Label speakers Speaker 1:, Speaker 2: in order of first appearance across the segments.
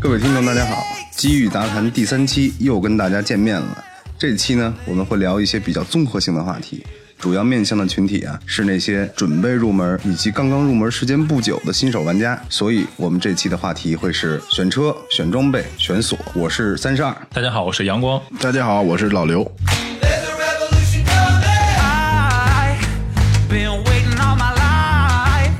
Speaker 1: 各位听众，大家好！机遇杂谈第三期又跟大家见面了。这期呢，我们会聊一些比较综合性的话题，主要面向的群体啊是那些准备入门以及刚刚入门时间不久的新手玩家。所以，我们这期的话题会是选车、选装备、选锁。我是三十二，
Speaker 2: 大家好，我是阳光。
Speaker 3: 大家好，我是老刘。
Speaker 4: There's a revolution coming. I've been waiting all my life.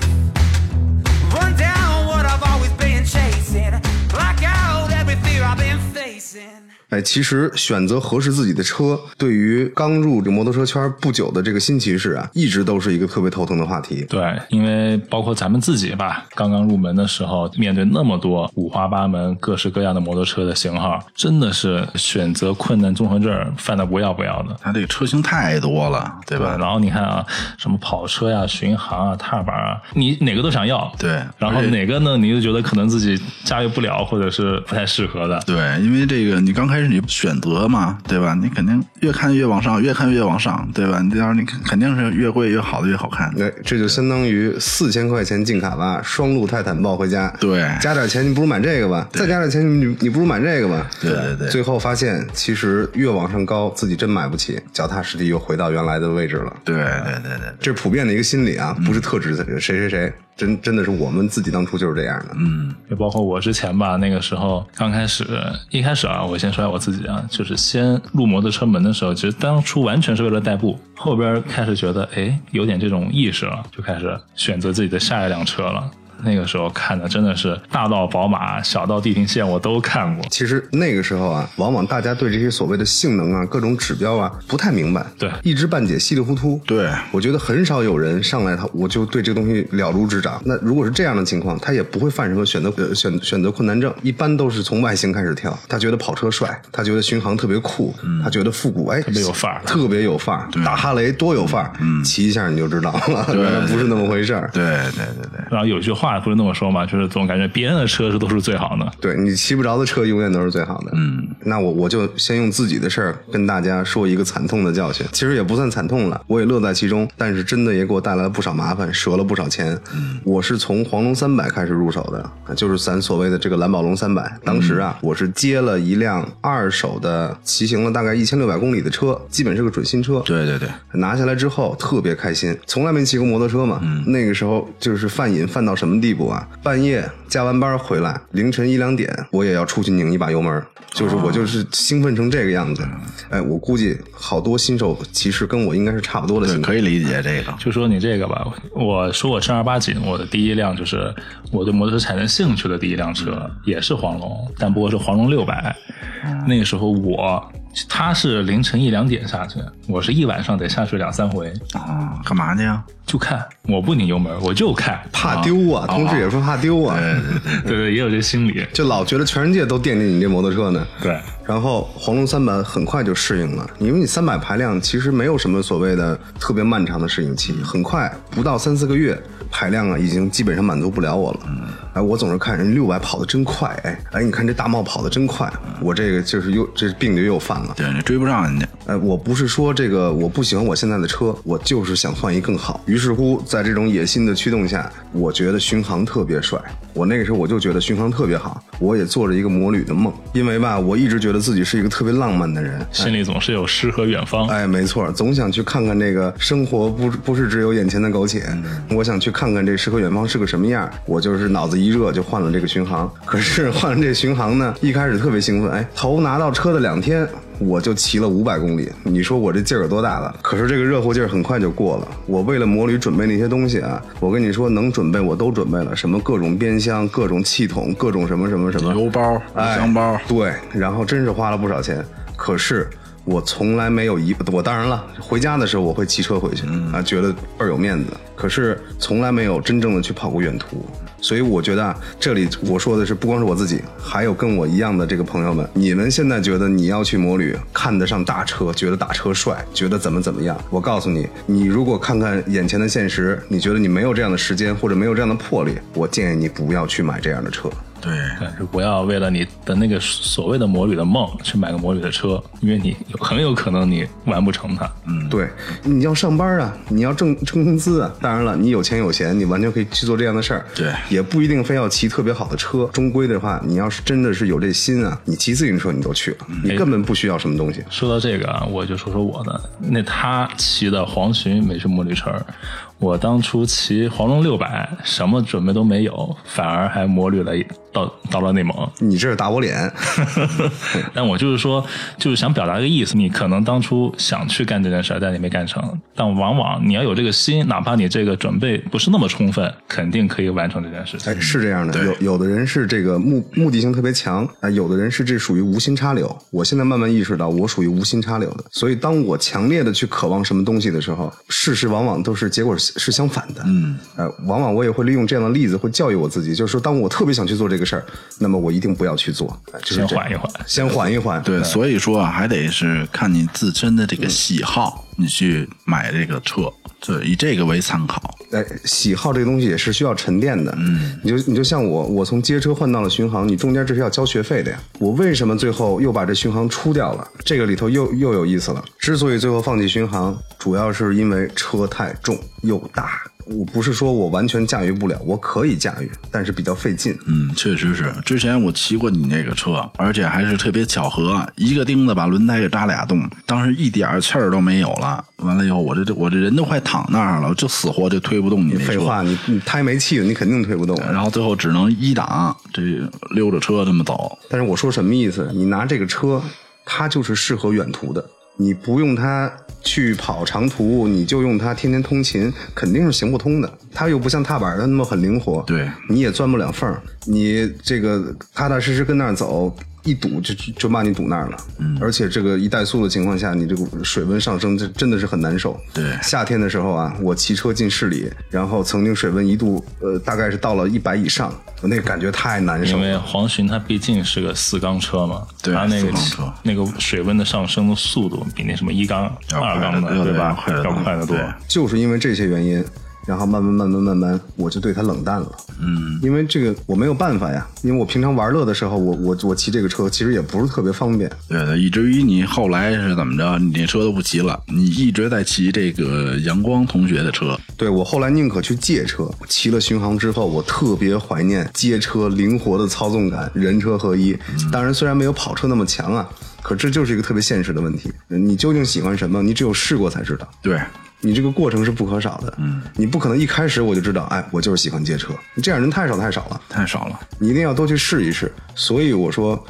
Speaker 4: Run down what I've always been chasing. Black out every fear I've been facing.
Speaker 1: 哎，其实选择合适自己的车，对于刚入这个摩托车圈不久的这个新骑士啊，一直都是一个特别头疼的话题。
Speaker 2: 对，因为包括咱们自己吧，刚刚入门的时候，面对那么多五花八门、各式各样的摩托车的型号，真的是选择困难综合症犯的不要不要的。
Speaker 3: 它这个车型太多了，对吧？
Speaker 2: 然后你看啊，什么跑车呀、巡航啊、踏板啊，你哪个都想要。
Speaker 3: 对
Speaker 2: 然后
Speaker 3: 而且
Speaker 2: 哪个呢？你就觉得可能自己驾驭不了，或者是不太适合的。
Speaker 3: 对，因为这个你刚开始你选择嘛，对吧？你肯定越看越往上，越看越往上，对吧？你到时候你肯肯定是越贵越好的越好看。
Speaker 1: 哎，这就相当于四千块钱进卡拉，双路泰坦抱回家。
Speaker 3: 对
Speaker 1: 加点钱你不如买这个吧，再加点钱你你不如买这个吧。
Speaker 3: 对对对
Speaker 1: 最后发现，其实越往上高，自己真买不起，脚踏实地又回到原来的位置了。
Speaker 3: 对对对对，
Speaker 1: 这是普遍的一个心理
Speaker 3: 嗯
Speaker 1: 啊，不是特指谁谁谁，真真的是我们自己当初就是这样的。嗯，
Speaker 2: 就包括我之前吧，那个时候刚开始，一开始啊，我先说一下我自己啊，就是先入摩托车门的时候，其实当初完全是为了代步，后边开始觉得哎有点这种意识了，就开始选择自己的下一辆车了。那个时候看的真的是大到宝马，小到地平线我都看过。
Speaker 1: 其实那个时候啊，往往大家对这些所谓的性能啊、各种指标啊不太明白，
Speaker 2: 对
Speaker 1: 一知半解、稀里糊涂。
Speaker 3: 对
Speaker 1: 我觉得很少有人上来他我就对这个东西了如指掌。那如果是这样的情况，他也不会犯什么选择呃选选择困难症，一般都是从外形开始跳。他觉得跑车帅，他觉得巡航特别酷，他觉得复古哎特
Speaker 2: 别有范儿嗯
Speaker 1: 特别有范儿，打哈雷多有范儿，骑一下你就知道了，原来 不是那么回事儿。
Speaker 3: 对对对对，
Speaker 2: 然后有句话不是那么说嘛，就是总感觉别人的车是都是最好的。
Speaker 1: 对你骑不着的车永远都是最好的。嗯，那我我就先用自己的事儿跟大家说一个惨痛的教训，其实也不算惨痛了，我也乐在其中，但是真的也给我带来了不少麻烦，折了不少钱。嗯，我是从黄龙三百开始入手的，就是咱所谓的这个蓝宝龙三百。当时啊，我是接了一辆二手的，骑行了大概一千六百公里的车，基本是个准新车。
Speaker 3: 对对对，
Speaker 1: 拿下来之后特别开心，从来没骑过摩托车嘛。
Speaker 3: 嗯
Speaker 1: 那个时候就是犯瘾犯到什么地步啊？半夜加完班回来，凌晨一两点，我也要出去拧一把油门，就是我就是兴奋成这个样子。
Speaker 3: 哦
Speaker 1: 哎，我估计好多新手骑士跟我应该是差不多的
Speaker 3: 对
Speaker 1: 心态。
Speaker 3: 可以理解这个。
Speaker 2: 就说你这个吧，我说我正儿八经，我的第一辆就是我对摩托车产生兴趣的第一辆车，也是黄龙，但不过是黄龙六百、那个时候我他是凌晨一两点下去，我是一晚上得下去两三回，
Speaker 3: 啊，干嘛去呀？
Speaker 2: 就看我不拧油门，我就看，
Speaker 1: 怕丢啊，同志也说怕丢啊，
Speaker 2: 对对，也有这心理，
Speaker 1: 就老觉得全世界都惦记你这摩托车呢。
Speaker 2: 对。
Speaker 1: 然后黄龙三百很快就适应了，因为你三百排量其实没有什么所谓的特别漫长的适应期，很快不到三四个月，排量啊已经基本上满足不了我了。哎，我总是看人六百跑得真快，哎哎，你看这大帽跑得真快，我这个就是又这病就又犯了。
Speaker 3: 对，你追不上人家。
Speaker 1: 哎，我不是说这个我不喜欢我现在的车，我就是想换一更好。于是乎，在这种野心的驱动下，我觉得巡航特别帅。我那个时候我就觉得巡航特别好，我也做着一个魔女的梦，因为吧，我一直觉得自己是一个特别浪漫的人。
Speaker 2: 心里总是有诗和远方，
Speaker 1: 哎，没错，总想去看看这个生活不不是只有眼前的苟且，我想去看看这诗和远方是个什么样。我就是脑子一热就换了这个巡航，可是换了这巡航呢，一开始特别兴奋，哎，头拿到车的两天。我就骑了五百公里，你说我这劲儿有多大了？可是这个热乎劲儿很快就过了。我为了魔旅准备那些东西啊，我跟你说，能准备我都准备了，什么各种变箱、各种气筒、各种什么什么什么
Speaker 3: 油包、
Speaker 1: 哎
Speaker 3: 箱包，
Speaker 1: 对，然后真是花了不少钱，可是我从来没有一，我当然了，回家的时候我会骑车回去、啊，觉得倍儿有面子，可是从来没有真正的去跑过远途。所以我觉得啊，这里我说的是不光是我自己，还有跟我一样的这个朋友们，你们现在觉得你要去摩旅，看得上大车，觉得大车帅，觉得怎么怎么样？我告诉你，你如果看看眼前的现实，你觉得你没有这样的时间或者没有这样的魄力，我建议你不要去买这样的车。
Speaker 3: 对，
Speaker 2: 对，就不要为了你的那个所谓的魔女的梦去买个魔女的车，因为你有很有可能你完不成它。
Speaker 1: 对，你要上班啊，你要挣挣工资啊。当然了，你有钱有闲，你完全可以去做这样的事儿。
Speaker 3: 对
Speaker 1: 也不一定非要骑特别好的车。终归的话，你要是真的是有这心啊，你骑自行车你都去了，你根本不需要什么东西。
Speaker 2: 说到这个啊，我就说说我的。那他骑的黄巡美式魔力车儿，我当初骑黄龙六百，什么准备都没有，反而还摩旅了一到到了内蒙。
Speaker 1: 你这是打我脸，
Speaker 2: 但我就是说，就是想表达一个意思，你可能当初想去干这件事儿，但你没干成。但往往你要有这个心，哪怕你这个准备不是那么充分，肯定可以完成这件事情。
Speaker 1: 哎，是这样的，有有的人是这个目目的性特别强，啊，有的人是这属于无心插柳。我现在慢慢意识到，我属于无心插柳的。所以，当我强烈的去渴望什么东西的时候，事实往往都是结果是是相反的。嗯，呃，往往我也会利用这样的例子，会教育我自己，就是说，当我特别想去做这个事儿，那么我一定不要去做，哎就是
Speaker 2: 先
Speaker 1: 这样
Speaker 2: 缓一缓
Speaker 1: 先缓一缓。
Speaker 3: 对，所以说啊，还得是看你自身的这个喜好，你去买这个车，就以这个为参考。
Speaker 1: 哎，喜好这个东西也是需要沉淀的。嗯，你就你就像我，我从街车换到了巡航，你中间这是要交学费的呀。我为什么最后又把这巡航出掉了？这个里头又又有意思了。之所以最后放弃巡航，主要是因为车太重又大。我不是说我完全驾驭不了，我可以驾驭，但是比较费劲。
Speaker 3: 嗯，确实是。之前我骑过你那个车，而且还是特别巧合，一个钉子把轮胎给扎俩洞，当时一点儿气儿都没有了。完了以后，我这我这人都快躺那儿了，我就死活就推不动你那车。
Speaker 1: 废话，你你胎没气了，你肯定推不动。
Speaker 3: 然后最后只能一档这溜着车这么走。
Speaker 1: 但是我说什么意思？你拿这个车，它就是适合远途的，你不用它去跑长途，你就用它天天通勤，肯定是行不通的。它又不像踏板它那么很灵活，
Speaker 3: 对
Speaker 1: 你也钻不了缝儿。你这个踏踏实实跟那儿走。一堵就就就把你堵那儿了，嗯，而且这个一怠速的情况下，你这个水温上升，这真的是很难受。
Speaker 3: 对
Speaker 1: 夏天的时候啊，我骑车进市里，然后曾经水温一度呃大概是到了一百以上，我那个感觉太难受
Speaker 2: 因
Speaker 1: 了。
Speaker 2: 为黄巡它毕竟是个四缸车嘛，
Speaker 3: 对
Speaker 2: 它那
Speaker 3: 四
Speaker 2: 个
Speaker 3: 缸车
Speaker 2: 那个水温的上升的速度比那什么一缸、
Speaker 3: 要快
Speaker 2: 二缸的
Speaker 3: 得多
Speaker 2: 对吧
Speaker 3: 要快得多
Speaker 2: 快得多。
Speaker 3: 对
Speaker 1: 就是因为这些原因，然后慢慢慢慢慢慢，我就对它冷淡了。嗯，因为这个我没有办法呀，因为我平常玩乐的时候，我我我骑这个车其实也不是特别方便。
Speaker 3: 对对，以至于你后来是怎么着？你这车都不骑了，你一直在骑这个阳光同学的车。
Speaker 1: 对我后来宁可去借车，骑了巡航之后，我特别怀念街车灵活的操纵感，人车合一。当然，虽然没有跑车那么强啊，可这就是一个特别现实的问题。你究竟喜欢什么？你只有试过才知道。
Speaker 3: 对，
Speaker 1: 你这个过程是不可少的，嗯，你不可能一开始我就知道，哎，我就是喜欢街车，这样人太少太少了。
Speaker 3: 太少了。
Speaker 1: 你一定要多去试一试。所以我说，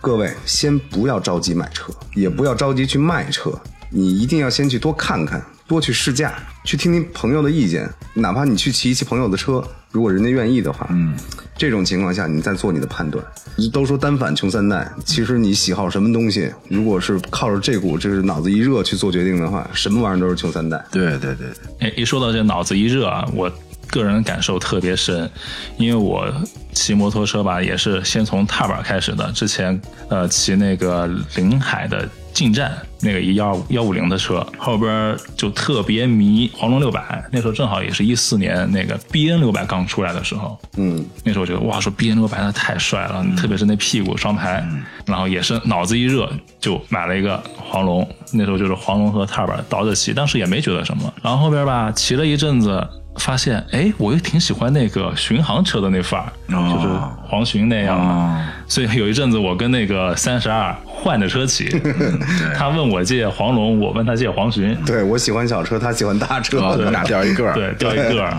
Speaker 1: 各位先不要着急买车，也不要着急去卖车，你一定要先去多看看，多去试驾，去听听朋友的意见，哪怕你去骑一骑朋友的车，如果人家愿意的话，嗯，这种情况下你再做你的判断。都说单反穷三代，其实你喜好什么东西，如果是靠着这股就是脑子一热去做决定的话，什么玩意儿都是穷三代。
Speaker 3: 对对对，
Speaker 2: 哎，一说到这脑子一热啊，我个人感受特别深，因为我骑摩托车吧，也是先从踏板开始的。之前呃骑那个临海的进站那个一幺幺五零的车，后边儿就特别迷黄龙六百，那时候正好也是一四年那个 BN 六百刚出来的时候，嗯，那时候我觉得哇，说 BN 六百它太帅了，
Speaker 3: 嗯
Speaker 2: 特别是那屁股双排，然后也是脑子一热就买了一个黄龙，那时候就是黄龙和踏板倒着骑，当时也没觉得什么，然后后边吧骑了一阵子。发现哎，我又挺喜欢那个巡航车的那范儿，
Speaker 3: 哦
Speaker 2: 就是黄巡那样的，
Speaker 3: 哦
Speaker 2: 所以有一阵子我跟那个三十二换着车骑，
Speaker 3: 嗯
Speaker 2: 他问我借黄龙，我问他借黄巡，
Speaker 1: 对我喜欢小车，他喜欢大车，
Speaker 3: 啊，咱俩掉一个儿。
Speaker 2: 对，掉一个儿。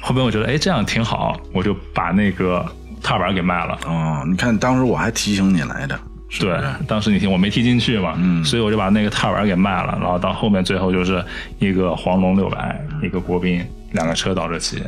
Speaker 2: 后边我觉得哎这样挺好，我就把那个踏板给卖了。
Speaker 3: 哦，你看当时我还提醒你来着，是不
Speaker 2: 对
Speaker 3: 是？，
Speaker 2: 当时你听我没踢进去嘛，所以我就把那个踏板给卖了，然后到后面最后就是一个黄龙六百，一个国宾，两个车倒着骑。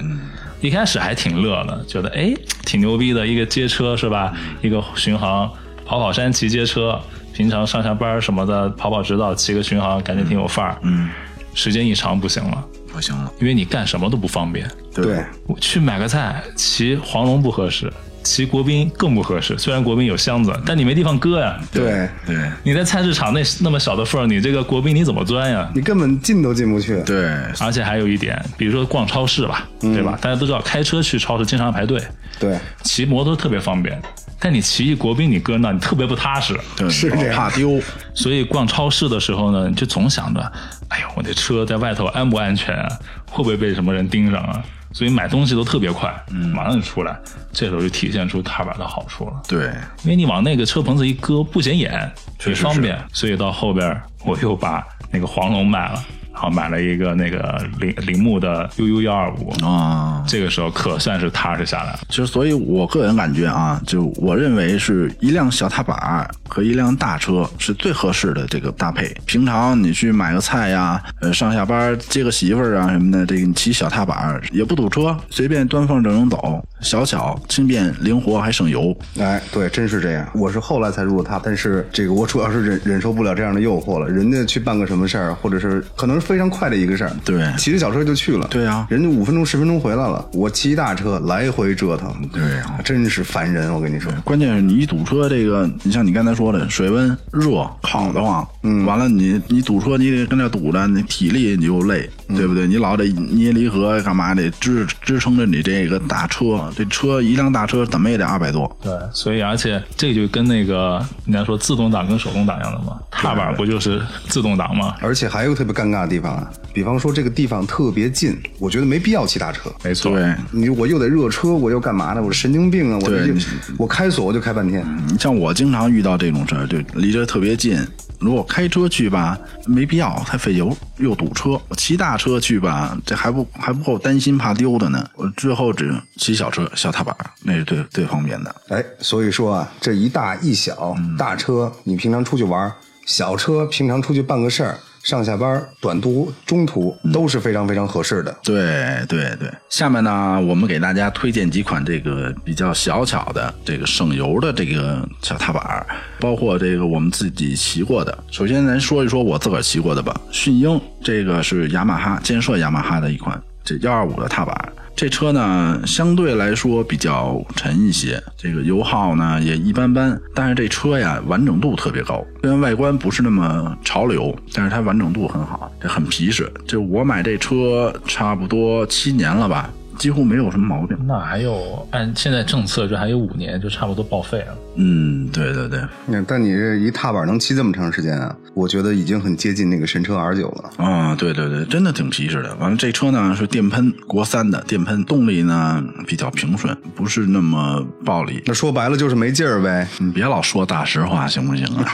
Speaker 2: 一开始还挺乐的，觉得哎挺牛逼的，一个街车是吧？一个巡航，跑跑山骑街车，平常上下班什么的跑跑直道骑个巡航，感觉挺有范儿。嗯，时间一长不行了，
Speaker 3: 不行了。
Speaker 2: 因为你干什么都不方便。
Speaker 1: 对
Speaker 3: 对，
Speaker 2: 我去买个菜，骑黄龙不合适，骑国宾更不合适。虽然国宾有箱子，但你没地方搁呀。
Speaker 1: 对
Speaker 3: 对
Speaker 2: 你在菜市场那那么小的缝儿，你这个国宾你怎么钻呀？
Speaker 1: 你根本进都进不去。
Speaker 3: 对，
Speaker 2: 而且还有一点，比如说逛超市吧，对吧？大家都知道，开车去超市经常要排队，
Speaker 1: 对，
Speaker 2: 骑摩托特别方便。但你骑一国宾，你搁那，你特别不踏实。
Speaker 3: 对
Speaker 1: 是这样
Speaker 3: 怕丢，
Speaker 2: 所以逛超市的时候呢，你就总想着，哎呦，我这车在外头安不安全啊？会不会被什么人盯上啊？所以买东西都特别快，马上就出来。这时候就体现出踏板的好处了，
Speaker 3: 对，
Speaker 2: 因为你往那个车棚子一搁，不显眼，
Speaker 3: 确
Speaker 2: 也
Speaker 3: 实是
Speaker 2: 方便。所以到后边我又把那个黄龙卖了，然后买了一个那个铃铃木的 UU 幺二五，
Speaker 3: 啊，
Speaker 2: 这个时候可算是踏实下来了。
Speaker 3: 其实，所以我个人感觉啊，就我认为是一辆小踏板儿和一辆大车是最合适的这个搭配。平常你去买个菜呀，呃，上下班儿接个媳妇儿啊什么的，这个你骑小踏板儿也不堵车，随便端放就能走，小巧轻便灵活还省油。
Speaker 1: 哎，对，真是这样。我是后来才入的它，但是这个我主要是忍忍受不了这样的诱惑了。人家去办个什么事儿，或者是可能是非常快的一个事儿，
Speaker 3: 对
Speaker 1: 骑着小车就去了。
Speaker 3: 对啊
Speaker 1: 人家五分钟、十分钟回来了，我骑大车来回折腾，对
Speaker 3: 啊
Speaker 1: 真是烦人。我跟你说，
Speaker 3: 关键是你一堵车，这个你像你刚才说的，水温热，烤得慌，嗯，完了你你堵车，你得跟那堵着，你体力你就累，对不对？你老得捏离合干嘛的，支支撑着你这个大车，这车一辆大车怎么也得二百多，
Speaker 2: 对，所以而且这就跟那个人家说自动挡跟手动挡一样的嘛，踏板不就是自动挡吗？
Speaker 1: 而且还有特别尴尬的地方啊，比方说这个地方特别近，我觉得没必要骑大车。
Speaker 2: 没错，
Speaker 3: 对。
Speaker 1: 你我又得热车，我又干嘛呢？我神经病啊！我
Speaker 3: 对
Speaker 1: 这我开锁我就开半天。
Speaker 3: 你像我经常遇到这种事儿，就离这特别近。如果开车去吧，没必要，太费油又堵车；我骑大车去吧，这还不还不够担心怕丢的呢。我最后只骑小车、小踏板，那是最最方便的。
Speaker 1: 哎，所以说啊，这一大一小，大车你平常出去玩儿，小车平常出去办个事儿，上下班儿、短途、中途都是非常非常合适的。
Speaker 3: 对对对，下面呢，我们给大家推荐几款这个比较小巧的、这个省油的这个小踏板儿，包括这个我们自己骑过的。首先，咱说一说我自个儿骑过的吧。迅鹰这个是雅马哈建设雅马哈的一款这幺二五的踏板，这车呢相对来说比较沉一些，这个油耗呢也一般般，但是这车呀完整度特别高。虽然外观不是那么潮流，但是它完整度很好，这很皮实。这我买这车差不多七年了吧，几乎没有什么毛病。
Speaker 2: 那还有按现在政策，这还有五年，就差不多报废了。
Speaker 3: 嗯，对对对，
Speaker 1: 嗯但你这一踏板能骑这么长时间啊？我觉得已经很接近那个神车 R 九了。
Speaker 3: 啊、对对对，真的挺皮实的。完了，这车呢是电喷，国三的电喷，动力呢比较平顺，不是那么暴力。
Speaker 1: 那说白了就是没劲儿呗。
Speaker 3: 你嗯别老说大实话，行不行啊？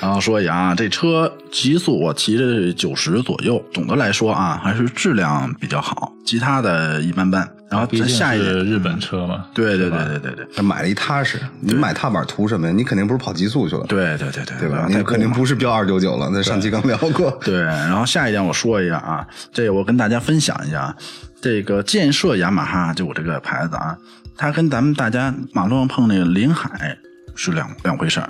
Speaker 3: 然后说一下啊，这车极速我骑着九十左右，总的来说啊，还是质量比较好，其他的一般般。然后
Speaker 2: 毕
Speaker 3: 咱
Speaker 2: 竟
Speaker 3: 啊下一
Speaker 2: 是
Speaker 3: 个，
Speaker 2: 日本车嘛，
Speaker 3: 对对对对对对
Speaker 1: 这买了一踏实，你买踏板图什么呀？你肯定不是跑极速去了，
Speaker 3: 对对对对，
Speaker 1: 对吧？
Speaker 3: 太
Speaker 1: 你
Speaker 3: 酷
Speaker 1: 肯定
Speaker 3: 了
Speaker 1: 不是标二九九了，那上期刚聊过。
Speaker 3: 对，然后下一点我说一下啊，这我跟大家分享一下啊，这个建设雅马哈，就我这个牌子啊，它跟咱们大家马路上碰那个林海是两两回事儿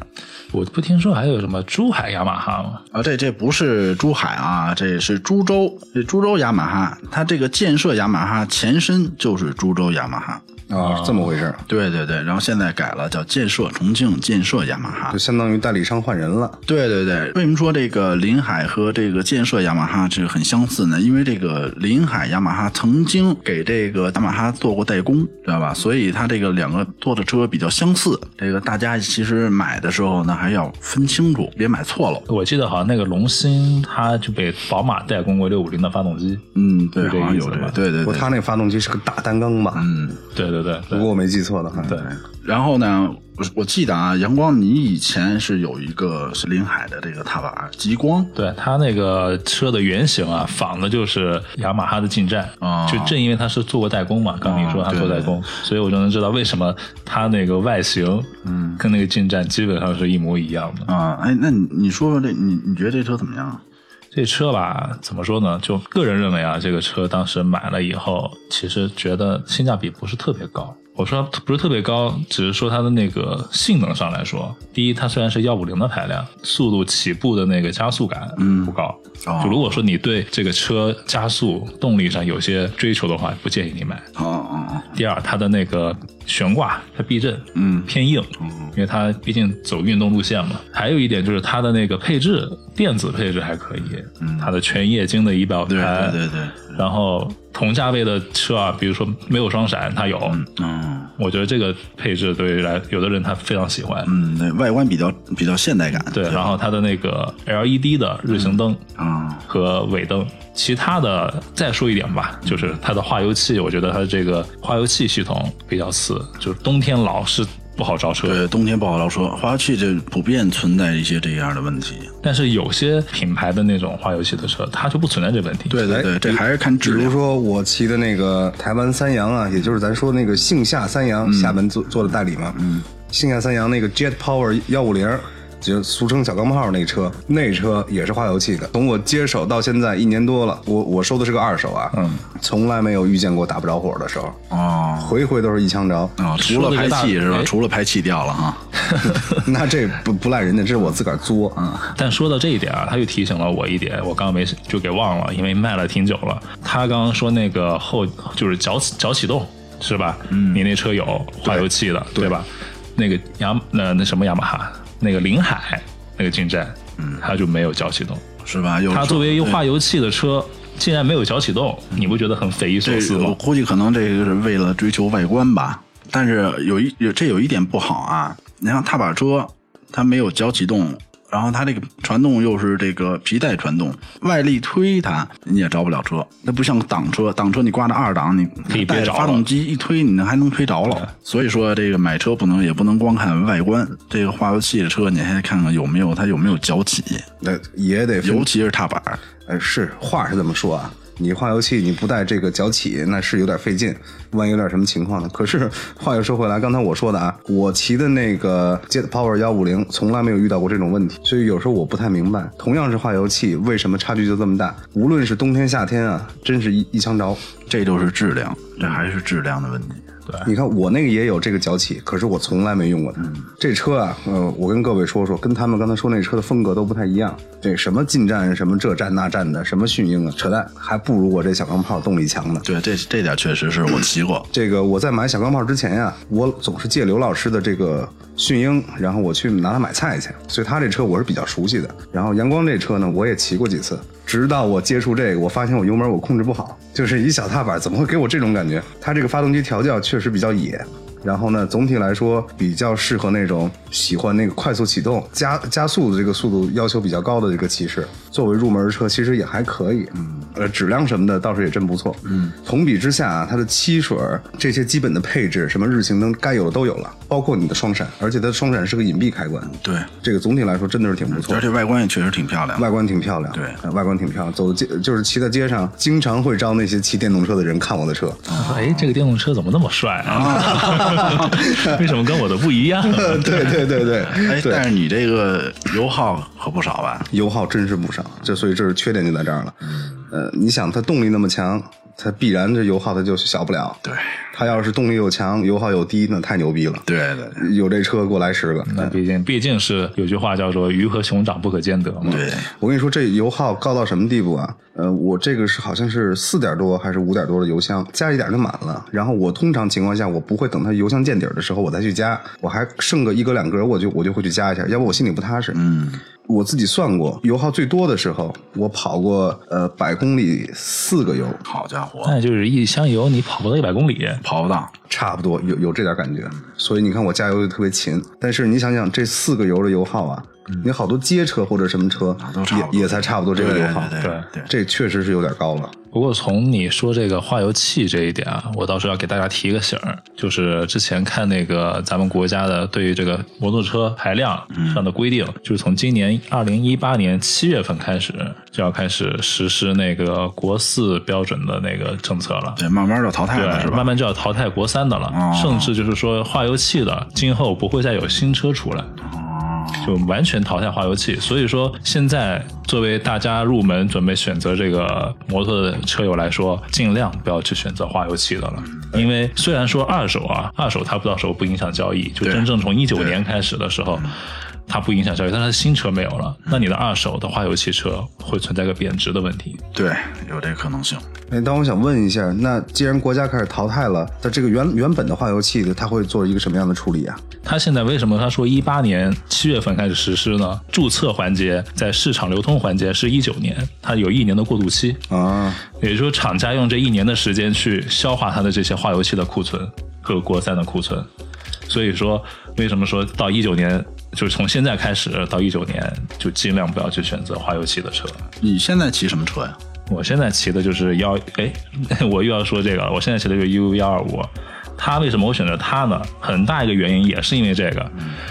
Speaker 2: 我不听说还有什么珠海雅马哈吗？
Speaker 3: 啊。这这不是珠海啊，这是株洲，这株洲雅马哈，它这个建设雅马哈前身就是株洲雅马哈。
Speaker 1: 啊，这么回事儿，
Speaker 3: 对对对，然后现在改了，叫建设重庆建设雅马哈
Speaker 1: 就。相当于代理商换人了。
Speaker 3: 对对对，为什么说这个林海和这个建设雅马哈这个很相似呢？因为这个林海雅马哈曾经给这个雅马哈做过代工，知道吧？所以它这个两个做的车比较相似。这个大家其实买的时候呢，还要分清楚，别买错了。
Speaker 2: 我记得好像那个龙芯，它就被宝马代工过六五零的发动机。
Speaker 3: 嗯，对，
Speaker 2: 是这
Speaker 3: 好像
Speaker 2: 意思
Speaker 3: 有这个，
Speaker 2: 吧
Speaker 3: 对对
Speaker 1: 不过
Speaker 3: 对。
Speaker 1: 他那发动机是个大单缸吧？
Speaker 3: 嗯，
Speaker 2: 对对对
Speaker 1: 如
Speaker 2: 对
Speaker 1: 果我没记错的话，
Speaker 2: 对，
Speaker 3: 然后呢，我我记得啊，阳光，你以前是有一个是林海的这个踏板极光，
Speaker 2: 对，它那个车的原型啊，仿的就是雅马哈的进站。
Speaker 3: 啊
Speaker 2: 就正因为它是做过代工嘛，刚你说它
Speaker 3: 啊对
Speaker 2: 做代工，所以我就能知道为什么它那个外形，嗯，跟那个进站基本上是一模一样的。
Speaker 3: 啊、哎，那你你说说这你你觉得这车怎么样？
Speaker 2: 这车吧，怎么说呢？就个人认为啊，这个车当时买了以后，其实觉得性价比不是特别高。我说它不是特别高，只是说它的那个性能上来说，第一，它虽然是幺五零的排量，速度起步的那个加速感不高。
Speaker 3: 哦
Speaker 2: 就如果说你对这个车加速动力上有些追求的话，不建议你买。
Speaker 3: 哦哦哦，
Speaker 2: 第二，它的那个悬挂，它避震，嗯，偏硬，因为它毕竟走运动路线嘛。还有一点就是它的那个配置，电子配置还可以，它的全液晶的仪表
Speaker 3: 对
Speaker 2: 盘，
Speaker 3: 嗯对对对，
Speaker 2: 然后同价位的车啊，比如说没有双闪，它有，
Speaker 3: 嗯
Speaker 2: 我觉得这个配置对于来有的人他非常喜欢。
Speaker 3: 嗯，对外观比较比较现代感，
Speaker 2: 对，然后它的那个 LED 的日行灯
Speaker 3: 啊，
Speaker 2: 和尾灯，其他的再说一点吧，就是它的化油器，我觉得它的这个化油器系统比较次，就是冬天老是不好着车。
Speaker 3: 对，冬天不好老说，花器这普遍存在一些这样的问题。
Speaker 2: 但是有些品牌的那种化油器的车，它就不存在这问题。
Speaker 3: 对对对，这还是看
Speaker 1: 哎比
Speaker 3: 质
Speaker 1: 如
Speaker 3: 量。
Speaker 1: 说我骑的那个台湾三洋啊，也就是咱说那个幸夏三
Speaker 3: 嗯
Speaker 1: 洋，厦门做做的代理嘛。嗯，幸夏三洋那个 Jet Power 幺五零。就俗称小钢炮那车，那车也是化油器的。从我接手到现在一年多了，我我收的是个二手啊，嗯，从来没有遇见过打不着火的时候，
Speaker 3: 哦
Speaker 1: 回回都是一枪着。
Speaker 3: 啊，除了排气是吧？除了排气掉了哈，
Speaker 1: 那这不不赖人家，这是我自个儿作
Speaker 3: 嗯
Speaker 1: 啊。
Speaker 2: 但说到这一点啊，他又提醒了我一点，我刚刚没就给忘了，因为卖了挺久了。他刚刚说那个后就是脚脚启动是吧？嗯，你那车有化油器的对吧？那个雅那那什么雅马哈那个凌海那个进站，嗯，它就没有脚启动。
Speaker 3: 是吧？有
Speaker 2: 它作为一个
Speaker 3: 对嗯
Speaker 2: 化油器的车，竟然没有脚启动，你不觉得很匪夷所思
Speaker 3: 这我
Speaker 2: 吗？
Speaker 3: 估计可能这个是为了追求外观吧。但是有一有这有一点不好啊，你像踏板车，它没有脚启动，然后它这个传动又是这个皮带传动，外力推它你也着不了车。那不像挡车，挡车你挂着二档，你
Speaker 2: 可以别
Speaker 3: 带着
Speaker 2: 着
Speaker 3: 发
Speaker 2: 了
Speaker 3: 动机一推，你还能推着了。所以说这个买车不能也不能光看外观，这个化油器的车你还看看有没有它有没有脚起，
Speaker 1: 那也得分
Speaker 3: 尤其是踏板。
Speaker 1: 呃，是话是这么说啊，你化油器你不带这个脚起，那是有点费劲，万一有点什么情况呢？可是话又说回来，刚才我说的啊，我骑的那个 Jet Power 幺五零从来没有遇到过这种问题，所以有时候我不太明白，同样是化油器，为什么差距就这么大？无论是冬天夏天啊，真是一一枪着。
Speaker 3: 这就是质量，这还是质量的问题。
Speaker 1: 你看我那个也有这个脚起，可是我从来没用过它。这车啊，呃，我跟各位说说，跟他们刚才说那车的风格都不太一样。这什么进站什么这站那站的，什么驯鹰啊，扯淡，还不如我这小钢炮动力强呢。
Speaker 3: 对，这这点确实是我骑过，
Speaker 1: 这个我在买小钢炮之前呀、我总是借刘老师的这个驯鹰，然后我去拿它买菜去，所以他这车我是比较熟悉的。然后阳光这车呢，我也骑过几次，直到我接触这个，我发现我油门我控制不好，就是一小踏板，怎么会给我这种感觉？它这个发动机调教确实比较野。然后呢，总体来说比较适合那种喜欢那个快速启动、加加速的这个速度要求比较高的这个骑士。作为入门车，其实也还可以，嗯，呃，质量什么的倒是也真不错，嗯。同比之下啊，它的漆水儿这些基本的配置，什么日行灯该有的都有了，包括你的双闪，而且它的双闪是个隐蔽开关，
Speaker 3: 对，
Speaker 1: 这个总体来说真的是挺不错
Speaker 3: 而。且外观也确实挺漂亮的。
Speaker 1: 外观挺漂亮，
Speaker 3: 对
Speaker 1: 呃外观挺漂亮。走街就是骑在街上，经常会招那些骑电动车的人看我的车，
Speaker 2: 哎，这个电动车怎么那么帅 啊？为什么跟我的不一样？
Speaker 1: 对对对对，
Speaker 3: 哎，
Speaker 1: 对
Speaker 3: 但是你这个油耗可不少吧？
Speaker 1: 油耗真是不少，这所以这是缺点就在这儿了。呃，你想它动力那么强，它必然这油耗它就小不了。
Speaker 3: 对，
Speaker 1: 它要是动力又强，油耗又低，那太牛逼了。
Speaker 3: 对对
Speaker 1: 有这车给我来十个。
Speaker 2: 那毕竟毕竟是有句话叫做“鱼和熊掌不可兼得”嘛。
Speaker 3: 对，
Speaker 1: 我跟你说，这油耗高到什么地步啊？呃，我这个是好像是四点多还是五点多的油箱，加一点就满了。然后我通常情况下，我不会等它油箱见底儿的时候我再去加，我还剩个一格两格，我就我就会去加一下，要不我心里不踏实。嗯，我自己算过，油耗最多的时候，我跑过呃百公里四个油，
Speaker 3: 好家伙，
Speaker 2: 那就是一箱油你跑不到一百公里，
Speaker 3: 跑不到。
Speaker 1: 差不多有有这点感觉。所以你看我加油就特别勤，但是你想想这四个油的油耗啊，你好多街车或者什么车
Speaker 3: 嗯啊都差不多
Speaker 1: 也也才差不多这个油耗，
Speaker 3: 对对对
Speaker 1: 这确实是有点高了。
Speaker 2: 不过从你说这个化油器这一点啊，我倒是要给大家提个醒儿，就是之前看那个咱们国家的对于这个摩托车排量上的规定，就是从今年二零一八年七月份开始就要开始实施那个国四标准的那个政策了。
Speaker 3: 对，慢慢就淘汰了是
Speaker 2: 对，慢
Speaker 3: 吧？
Speaker 2: 慢就要淘汰国三的了，
Speaker 3: 哦
Speaker 2: 甚至就是说化油器的，今后不会再有新车出来，
Speaker 3: 哦
Speaker 2: 就完全淘汰化油器。所以说，现在作为大家入门准备选择这个摩托的车友来说，尽量不要去选择化油器的了，
Speaker 3: 嗯
Speaker 2: 因为虽然说二手啊，二手它不到时候不影响交易，就
Speaker 3: 对嗯
Speaker 2: 真正从一九
Speaker 3: 对
Speaker 2: 年开始的时候。它不影响交易，但是新车没有了，
Speaker 3: 嗯
Speaker 2: 那你的二手的花油汽车会存在个贬值的问题。
Speaker 3: 对，有这可能性。
Speaker 1: 哎，但我想问一下，那既然国家开始淘汰了，那这个原原本的化油器的，它会做一个什么样的处理啊？
Speaker 2: 它现在为什么他说一八年七月份开始实施呢？注册环节在市场流通环节是一九年，它有一年的过渡期，
Speaker 1: 啊，
Speaker 2: 也就是说厂家用这一年的时间去消化它的这些化油器的库存和国三的库存。所以说，为什么说到一九年，就是从现在开始到一九年，就尽量不要去选择化油器的车。
Speaker 3: 你现在骑什么车呀？
Speaker 2: 我现在骑的就是幺，哎， 我又要说这个了。我现在骑的就是 U 幺二五，它为什么我选择它呢？很大一个原因也是因为这个，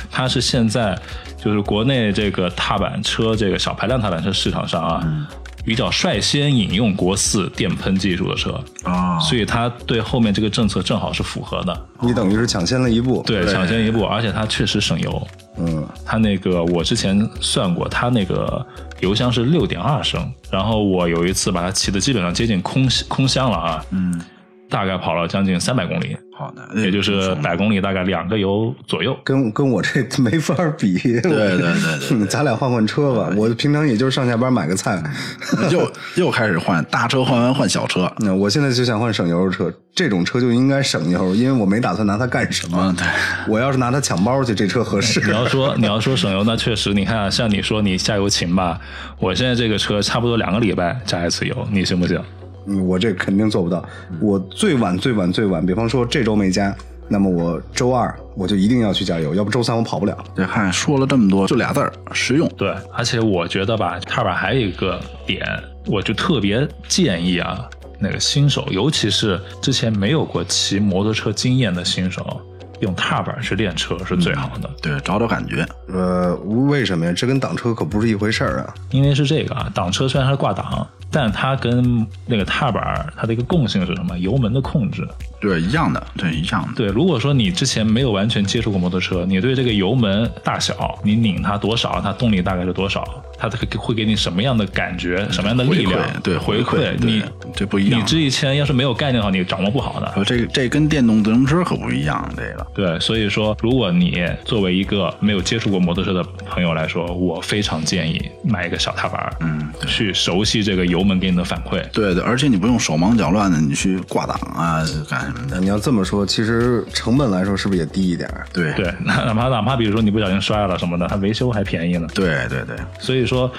Speaker 2: 它是现在就是国内这个踏板车这个小排量踏板车市场上啊，比较率先引用国四电喷技术的车，
Speaker 3: 啊
Speaker 2: 所以它对后面这个政策正好是符合的。
Speaker 1: 你等于是抢先了一步。，
Speaker 2: 对，抢先一步，而且它确实省油。
Speaker 1: 嗯，
Speaker 2: 它那个我之前算过，它那个油箱是六点二升，然后我有一次把它骑的基本上接近空空箱了啊，嗯，大概跑了将近三百公里，
Speaker 3: 好的，
Speaker 2: 也就是
Speaker 3: 嗯
Speaker 2: 百公里大概两个油左右。
Speaker 1: 跟跟我这没法比。对
Speaker 3: 对对对对
Speaker 1: 咱俩换换车吧。我平常也就是上下班买个菜。
Speaker 3: 又又开始换大车，换完换小车。
Speaker 1: 那我现在就想换省油的车，这种车就应该省油，因为我没打算拿它干什么。
Speaker 3: 嗯，对，
Speaker 1: 我要是拿它抢包去，这车合适。
Speaker 2: 你要说你要说省油，那确实，你看啊、像你说你加油勤吧，我现在这个车差不多两个礼拜加一次油，你行不行？
Speaker 1: 嗯我这肯定做不到。我最晚最晚最晚，比方说这周没加，那么我周二我就一定要去加油，要不周三我跑不了。
Speaker 3: 这看说了这么多，就俩字儿实用。
Speaker 2: 对，而且我觉得吧，踏板还有一个点，我就特别建议啊，那个新手，尤其是之前没有过骑摩托车经验的新手，用踏板去练车是最好的。
Speaker 3: 对，找找感觉。
Speaker 1: 呃，为什么呀？这跟挡车可不是一回事儿啊。
Speaker 2: 因为是这个啊，挡车虽然它是挂挡，但它跟那个踏板它的一个共性是什么？油门的控制。
Speaker 3: 对，一样的，对，一样的。
Speaker 2: 对，如果说你之前没有完全接触过摩托车，你对这个油门大小，你拧它多少，它动力大概是多少，它会给你什么样的感觉，什么样的力量
Speaker 3: 回馈，对
Speaker 2: 回
Speaker 3: 馈，对
Speaker 2: 你
Speaker 3: 这不一样
Speaker 2: 你。这一千要是没有概念的话，你掌握不好的。
Speaker 3: 说这个这跟电动自行车可不一样，这个
Speaker 2: 对，所以说，如果你作为一个没有接触过摩托车的朋友来说，我非常建议买一个小踏板，嗯，去熟悉这个油门给你的反馈。
Speaker 3: 对对，而且你不用手忙脚乱的，你去挂档啊，干什么的？
Speaker 1: 那你要这么说，其实成本来说是不是也低一点儿？
Speaker 3: 对
Speaker 2: 对，那哪怕哪怕比如说你不小心摔了什么的，它维修还便宜呢。
Speaker 3: 对对对，
Speaker 2: 所以说，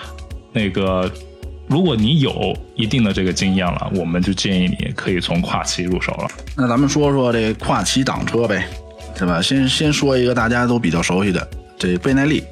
Speaker 2: 那个如果你有一定的这个经验了，我们就建议你可以从跨骑入手了。
Speaker 3: 那咱们说说这跨骑挡车呗，对吧？先先说一个大家都比较熟悉的，这倍耐力。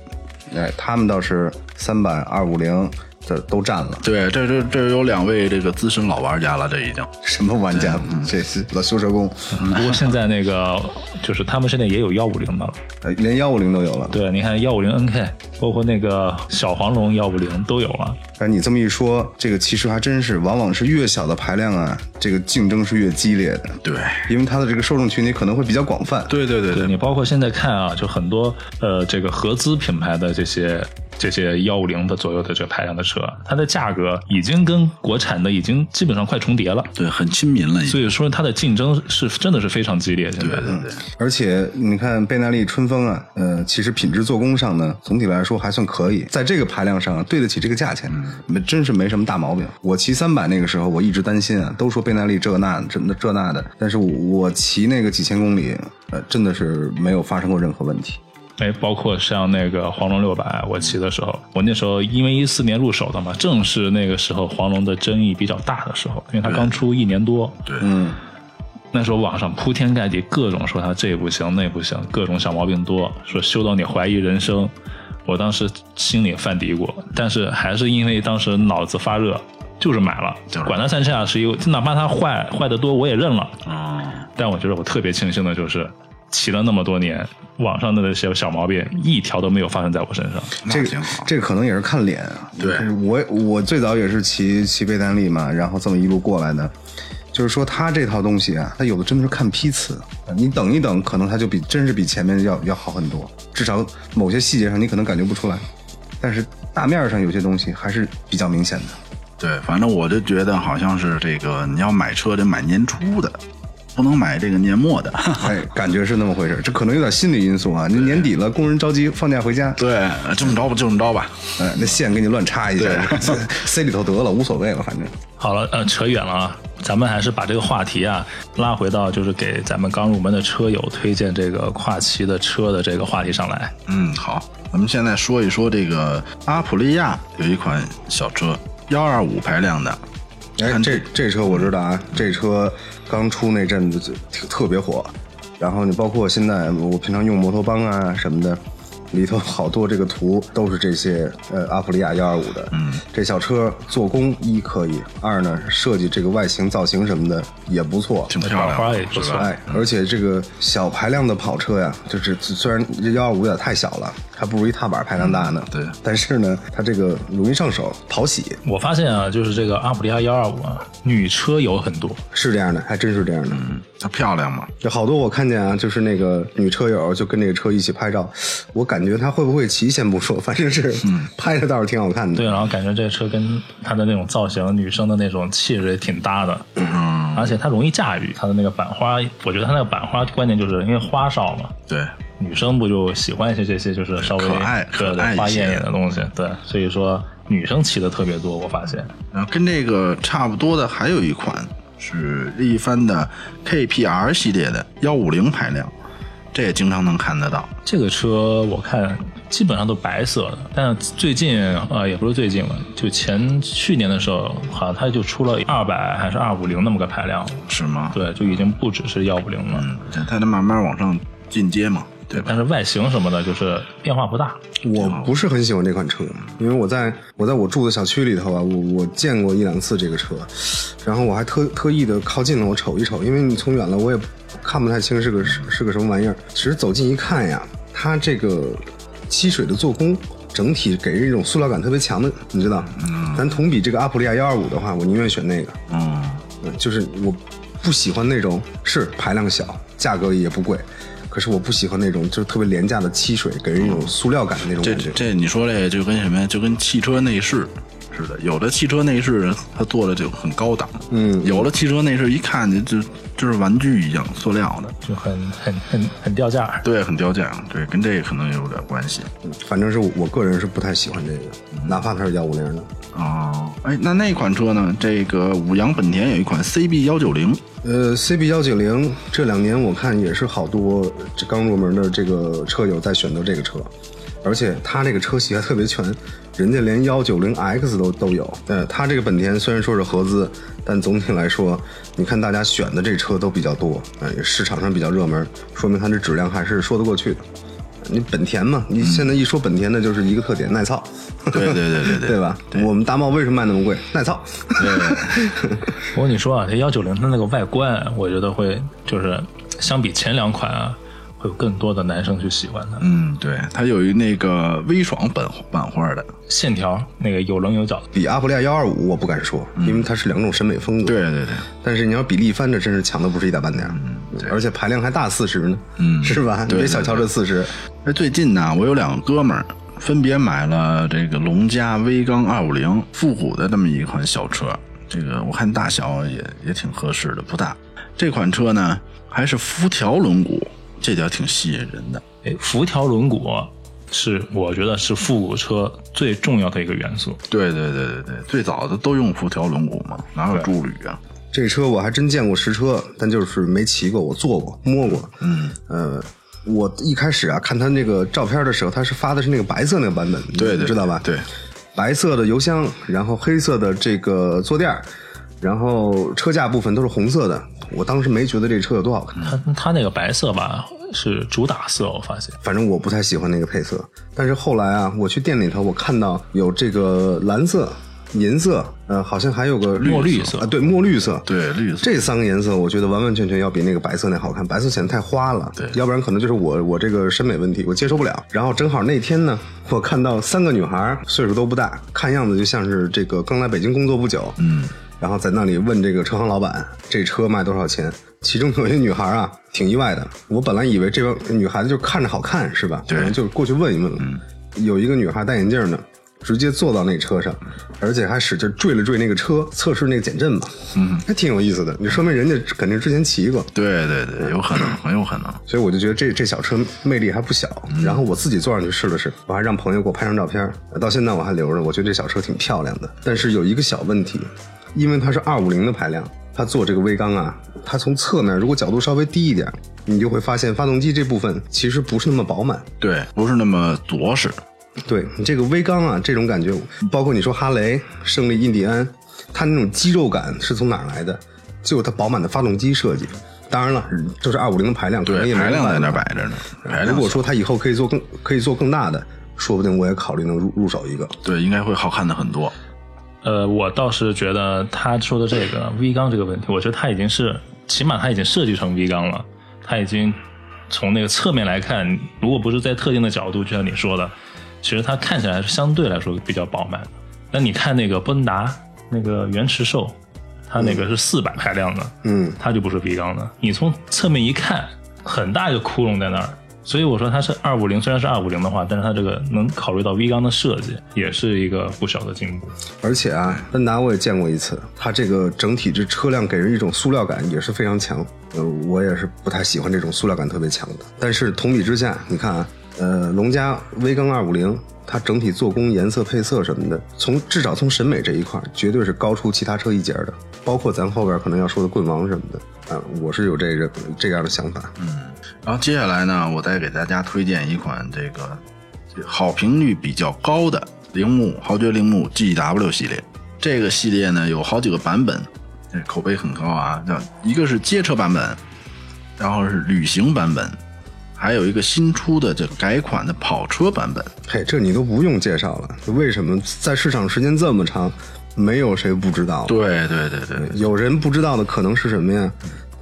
Speaker 1: 哎，他们倒是三百二五零的都占了，
Speaker 3: 对，这这这有两位这个资深老玩家了，这已经。
Speaker 1: 什么玩家？这是老修车工，
Speaker 2: 不过现在那个就是他们现在也有幺五零的了。
Speaker 1: 哎连幺五零都有了。
Speaker 2: 对，你看幺五零 NK，包括那个小黄龙幺五零都有了。
Speaker 1: 但你这么一说，这个其实还真是，往往是越小的排量啊，这个竞争是越激烈的，
Speaker 3: 对
Speaker 1: 因为它的这个受众群体可能会比较广泛。
Speaker 3: 对对对
Speaker 2: 对你包括现在看啊，就很多呃这个合资品牌的这些这些幺五零的左右的这个排量的车，啊它的价格已经跟国产的已经基本上快重叠了。
Speaker 3: 对，很亲民了已
Speaker 2: 所
Speaker 3: 经。
Speaker 2: 以说它的竞争是真的是非常激烈，现在
Speaker 3: 对对，
Speaker 1: 而且你看贝纳利春风啊，呃，其实品质做工上呢，总体来说还算可以，在这个排量上啊对得起这个价钱，没真是没什么大毛病。我骑三百那个时候，我一直担心啊，都说贝纳利这那这这那的，但是我我骑那个几千公里，呃，真的是没有发生过任何问题。
Speaker 2: 哎，包括像那个黄龙六百，我骑的时候，我那时候因为一四年入手的嘛，正是那个时候黄龙的争议比较大的时候，因为它刚出一年多，
Speaker 3: 对
Speaker 1: 嗯，
Speaker 2: 那时候网上铺天盖地各种说它这不行那不行，各种小毛病多，说修到你怀疑人生。我当时心里犯嘀咕，但是还是因为当时脑子发热，就是买了，
Speaker 3: 就是
Speaker 2: 管它三七二十一，哪怕它坏坏的多我也认了。
Speaker 3: 啊，
Speaker 2: 但我觉得我特别庆幸的就是，骑了那么多年，网上的那些小毛病一条都没有发生在我身上。
Speaker 1: 这
Speaker 3: 那
Speaker 1: 个
Speaker 3: 挺好。
Speaker 1: 这个可能也是看脸啊。
Speaker 3: 对
Speaker 1: 我我最早也是骑骑贝丹利嘛，然后这么一路过来的，就是说他这套东西啊，他有的真的是看批次，啊你等一等，可能他就比真是比前面要要好很多，至少某些细节上你可能感觉不出来，但是大面上有些东西还是比较明显 的。
Speaker 3: 对，反正我就觉得好像是这个，你要买车得买年初的，不能买这个年末 的。
Speaker 1: 哎，感觉是那么回事，这可能有点心理因素啊。您年底了，工人着急放假回家，
Speaker 3: 对，呃这么着吧，就这么着吧。
Speaker 1: 哎，那线给你乱插一下
Speaker 3: 对，
Speaker 1: 塞里头得了，无所谓了，反正。
Speaker 2: 好了，呃，扯远了啊，咱们还是把这个话题啊拉回到就是给咱们刚入门的车友推荐这个跨期的车的这个话题上来。
Speaker 3: 嗯，好，咱们现在说一说这个阿普利亚有一款小车，幺二五排量的，
Speaker 1: 哎，这这车我知道啊，这车刚出那阵子就特特别火，然后你包括现在我平常用摩托帮啊什么的，里头 好多这个图都是这些呃阿普利亚幺二五的，嗯，这小车做工一可以，二呢设计这个外形造型什么的也不错，
Speaker 3: 挺漂
Speaker 2: 花也
Speaker 3: 亮的，
Speaker 2: 不
Speaker 3: 是
Speaker 2: 错
Speaker 3: 吧？
Speaker 1: 哎，而且这个小排量的跑车呀，就是虽然这幺二五有点太小了，还不如一踏板排量大呢。
Speaker 3: 对
Speaker 1: 但是呢，它这个容易上手，讨喜，
Speaker 2: 我发现啊，就是这个阿普利亚幺二五啊，女车友很多，
Speaker 1: 是这样的，还真是这样的。
Speaker 3: 它漂亮嘛？
Speaker 1: 这好多我看见啊，就是那个女车友就跟这个车一起拍照，我感觉她会不会骑先不说，反正是拍的倒是挺好看的。
Speaker 2: 对，然后感觉这车跟它的那种造型，女生的那种气质也挺搭的，嗯，而且它容易驾驭，它的那个版花，我觉得它那个版花关键就是因为花哨嘛，
Speaker 3: 对，
Speaker 2: 女生不就喜欢一些这些就是稍微
Speaker 3: 可爱
Speaker 2: 对
Speaker 3: 可爱
Speaker 2: 对
Speaker 3: 一
Speaker 2: 花
Speaker 3: 些
Speaker 2: 艳一点的东西，对，所以说女生骑的特别多，我发现。
Speaker 3: 然后跟这个差不多的还有一款是力帆的 KPR 系列的幺五零排量，这也经常能看得到。
Speaker 2: 这个车我看基本上都白色的，但最近呃也不是最近了，就前去年的时候，好像它就出了二百还是二五零那么个排量，
Speaker 3: 是吗？
Speaker 2: 对，就已经不只是幺五零了。
Speaker 3: 嗯，它得慢慢往上进阶嘛，对吧？
Speaker 2: 但是外形什么的，就是变化不大。
Speaker 1: 我不是很喜欢这款车，因为我在我在我住的小区里头啊，我我见过一两次这个车，然后我还特特意的靠近了我瞅一瞅，因为你从远了我也看不太清是个是是个什么玩意儿。其实走近一看呀，它这个漆水的做工。整体给人一种塑料感特别强的，你知道？咱同比这个阿普利亚幺二五的话，我宁愿选那个。
Speaker 3: 嗯，
Speaker 1: 嗯，就是我不喜欢那种是排量小，价格也不贵，可是我不喜欢那种就是特别廉价的漆水，给人一种塑料感的那种
Speaker 3: 这
Speaker 1: 感觉。
Speaker 3: 这你说这个就跟什么呀？就跟汽车内饰似的，有的汽车内饰它做的就很高档，
Speaker 1: 嗯
Speaker 3: 有的汽车内饰一看就就就是玩具一样，塑料的，
Speaker 2: 就很很很很掉价儿，
Speaker 3: 对，很掉价，对，跟这个可能有点关系。
Speaker 1: 反正是我我个人是不太喜欢这个，嗯哪怕它是幺五零的。
Speaker 3: 哦，哎，那那款车呢？这个五羊本田有一款 CB 幺九零，
Speaker 1: 呃，CB 幺九零这两年我看也是好多这刚入门的这个车友在选择这个车，而且它这个车系还特别全，人家连幺九零 X 都都有。呃，它这个本田虽然说是合资，但总体来说，你看大家选的这车都比较多，呃，也市场上比较热门，说明它这质量还是说得过去的。你本田嘛，你现在一说本田的就是一个特点，耐操。
Speaker 3: 对对对对对
Speaker 1: 对吧？我们大贸为什么卖那么贵？耐操。
Speaker 2: 我跟你说啊，这幺九零它那个外观，我觉得会就是相比前两款啊，会有更多的男生去喜欢它。
Speaker 3: 嗯，对，它有一那个微爽版版画的，
Speaker 2: 线条那个有棱有角的，
Speaker 1: 比阿普利亚幺二五我不敢说，因为它是两种审美风格。
Speaker 3: 嗯对对对，
Speaker 1: 但是你要比力帆，这真是强的不是一点半点儿，而且排量还大四十呢，
Speaker 3: 嗯
Speaker 1: 是吧？
Speaker 3: 对
Speaker 1: 你别小瞧这四十，
Speaker 3: 哎，最近呢，我有两个哥们儿分别买了这个龙家威刚二五零复古的这么一款小车，这个我看大小也也挺合适的，不大。这款车呢还是辐条轮毂，这点挺吸引人的。
Speaker 2: 哎，辐条轮毂是我觉得是复古车最重要的一个元素。
Speaker 3: 对对对对对，最早的都用辐条轮毂嘛，哪有铸铝啊？
Speaker 1: 这车我还真见过实车，但就是没骑过，我坐过摸过。嗯，呃，我一开始啊看他那个照片的时候，他是发的是那个白色那个版本，
Speaker 3: 对对
Speaker 1: 你知道吧？
Speaker 3: 对，
Speaker 1: 白色的油箱，然后黑色的这个坐垫儿，然后车架部分都是红色的。我当时没觉得这车有多好看，
Speaker 2: 它它那个白色吧是主打色，我发现
Speaker 1: 反正我不太喜欢那个配色。但是后来啊，我去店里头，我看到有这个蓝色、银色，呃，好像还有个
Speaker 2: 墨绿色
Speaker 1: 啊，对，墨绿色，。
Speaker 3: 对，绿色。
Speaker 1: 这三个颜色，我觉得完完全全要比那个白色那好看。白色显得太花了，
Speaker 3: 对
Speaker 1: 要不然可能就是我我这个审美问题，我接受不了。然后正好那天呢，我看到三个女孩儿，岁数都不大，看样子就像是这个刚来北京工作不久，嗯，然后在那里问这个车行老板这车卖多少钱。其中有一女孩儿啊，挺意外的。我本来以为这帮女孩子就看着好看是吧？
Speaker 3: 对
Speaker 1: 可能就过去问一问了。有一个女孩戴眼镜呢，直接坐到那车上，而且还使劲坠了坠那个车，测试那个减震嘛，嗯，还挺有意思的。你说明人家肯定之前骑过，
Speaker 3: 对对对，有可能，很有可能。
Speaker 1: 所以我就觉得这这小车魅力还不小。
Speaker 3: 嗯
Speaker 1: 然后我自己坐上去试了试，我还让朋友给我拍张照片，到现在我还留着。我觉得这小车挺漂亮的，但是有一个小问题，因为它是二五零的排量，它做这个微缸啊，它从侧面如果角度稍微低一点，你就会发现发动机这部分其实不是那么饱满。
Speaker 3: 对，不是那么着实。
Speaker 1: 对你这个微缸啊，这种感觉，包括你说哈雷、胜利、印第安，它那种肌肉感是从哪儿来的？就它饱满的发动机设计。当然了，这是二五零的排量，可能
Speaker 3: 对，
Speaker 1: 也没
Speaker 3: 排量
Speaker 1: 办
Speaker 3: 在那
Speaker 1: 法
Speaker 3: 儿摆着呢。排量
Speaker 1: 哎如果说它以后可以做更可以做更大的，说不定我也考虑能入入手一个。
Speaker 3: 对，应该会好看的很多。
Speaker 2: 呃，我倒是觉得他说的这个 V 缸这个问题，我觉得他已经是，起码他已经设计成 V 缸了，他已经从那个侧面来看，如果不是在特定的角度，就像你说的，其实它看起来是相对来说比较饱满的。那你看那个奔达那个原驰兽，它那个是四百排量的，
Speaker 1: 嗯，
Speaker 2: 它就不是 V 缸的。你从侧面一看，很大一个窟窿在那儿。所以我说它是二五零，虽然是二五零的话，但是它这个能考虑到 V 缸的设计，也是一个不小的进步。
Speaker 1: 而且啊，奔达我也见过一次，它这个整体这车辆给人一种塑料感也是非常强。呃，我也是不太喜欢这种塑料感特别强的。但是同比之下，你看啊，呃，龙家威刚二五零，它整体做工、颜色、配色什么的，从至少从审美这一块儿，绝对是高出其他车一截儿的。包括咱后边可能要说的棍王什么的，啊、我是有这个这样的想法。
Speaker 3: 然后接下来呢，我再给大家推荐一款这个好评率比较高的铃木豪爵铃木 GW 系列。这个系列呢有好几个版本，这口碑很高啊。叫一个是街车版本，然后是旅行版本，还有一个新出的这改款的跑车版本。
Speaker 1: 嘿，这你都不用介绍了，为什么在市场时间这么长，没有谁不知道？
Speaker 3: 对对对对，
Speaker 1: 有人不知道的可能是什么呀？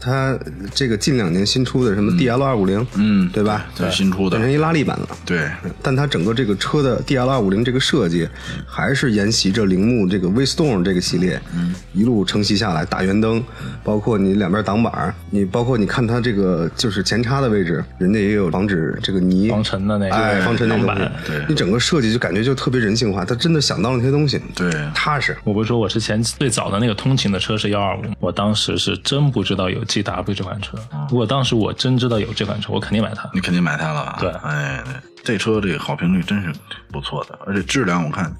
Speaker 1: 它这个近两年新出的什么 DL 二五零，
Speaker 3: 嗯
Speaker 1: 对吧？
Speaker 3: 这是新出的
Speaker 1: 变成一拉力版了。
Speaker 3: 对
Speaker 1: 但它整个这个车的 DL 二五零这个设计，还是沿袭着铃木这个 V Storm 这个系列，
Speaker 3: 嗯
Speaker 1: 一路承袭下来，大圆灯，包括你两边挡板儿，你包括你看它这个就是前叉的位置，人家也有防止这个泥
Speaker 2: 防尘的那个
Speaker 1: 哎，防尘那
Speaker 2: 挡
Speaker 1: 东
Speaker 2: 板
Speaker 1: 西，
Speaker 3: 对
Speaker 1: 你整个设计就感觉就特别人性化，它真的想到了那些东西，
Speaker 3: 对
Speaker 1: 踏实。
Speaker 2: 我不是说我之前最早的那个通勤的车是幺二五，我当时是真不知道有 GW 这款车。如果当时我真知道有这款车，我肯定买它。
Speaker 3: 你肯定买它了吧？
Speaker 2: 对
Speaker 3: 哎，对，这车这个好评率真是不错的，而且质量我看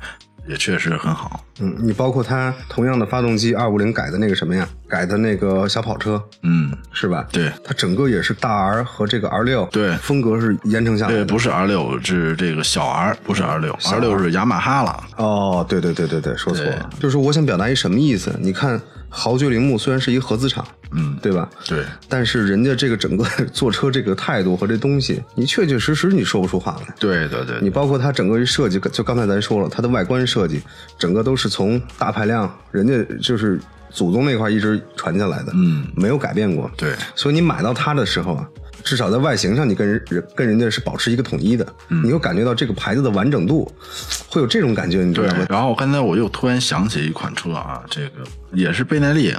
Speaker 3: 也确实很好。
Speaker 1: 嗯，你包括它同样的发动机二五零改的那个什么呀，改的那个小跑车
Speaker 3: 嗯，
Speaker 1: 是吧？
Speaker 3: 对
Speaker 1: 它整个也是大 R 和这个 R 六
Speaker 3: 对
Speaker 1: 风格是严承下来
Speaker 3: 对，
Speaker 1: 的。
Speaker 3: 呃不是 R 六，是这个小 R，不是 R 六，R 六是雅马哈了。
Speaker 1: 哦，对对对对对，说错了，就是我想表达一什么意思？你看豪爵铃木虽然是一个合资厂，嗯，对吧？
Speaker 3: 对，
Speaker 1: 但是人家这个整个 坐车这个态度和这东西，你确确实实你说不出话来。
Speaker 3: 对对对，
Speaker 1: 你包括它整个一设计，就刚才咱说了，它的外观设计，整个都是从大排量，人家就是祖宗那块一直传下来的，嗯，没有改变过。
Speaker 3: 对
Speaker 1: 所以你买到它的时候啊，至少在外形上，你跟人跟人家是保持一个统一的，
Speaker 3: 嗯
Speaker 1: 你会感觉到这个牌子的完整度，会有这种感觉，你知
Speaker 3: 对
Speaker 1: 道吗。？
Speaker 3: 然后刚才我又突然想起一款车啊，这个也是倍耐力，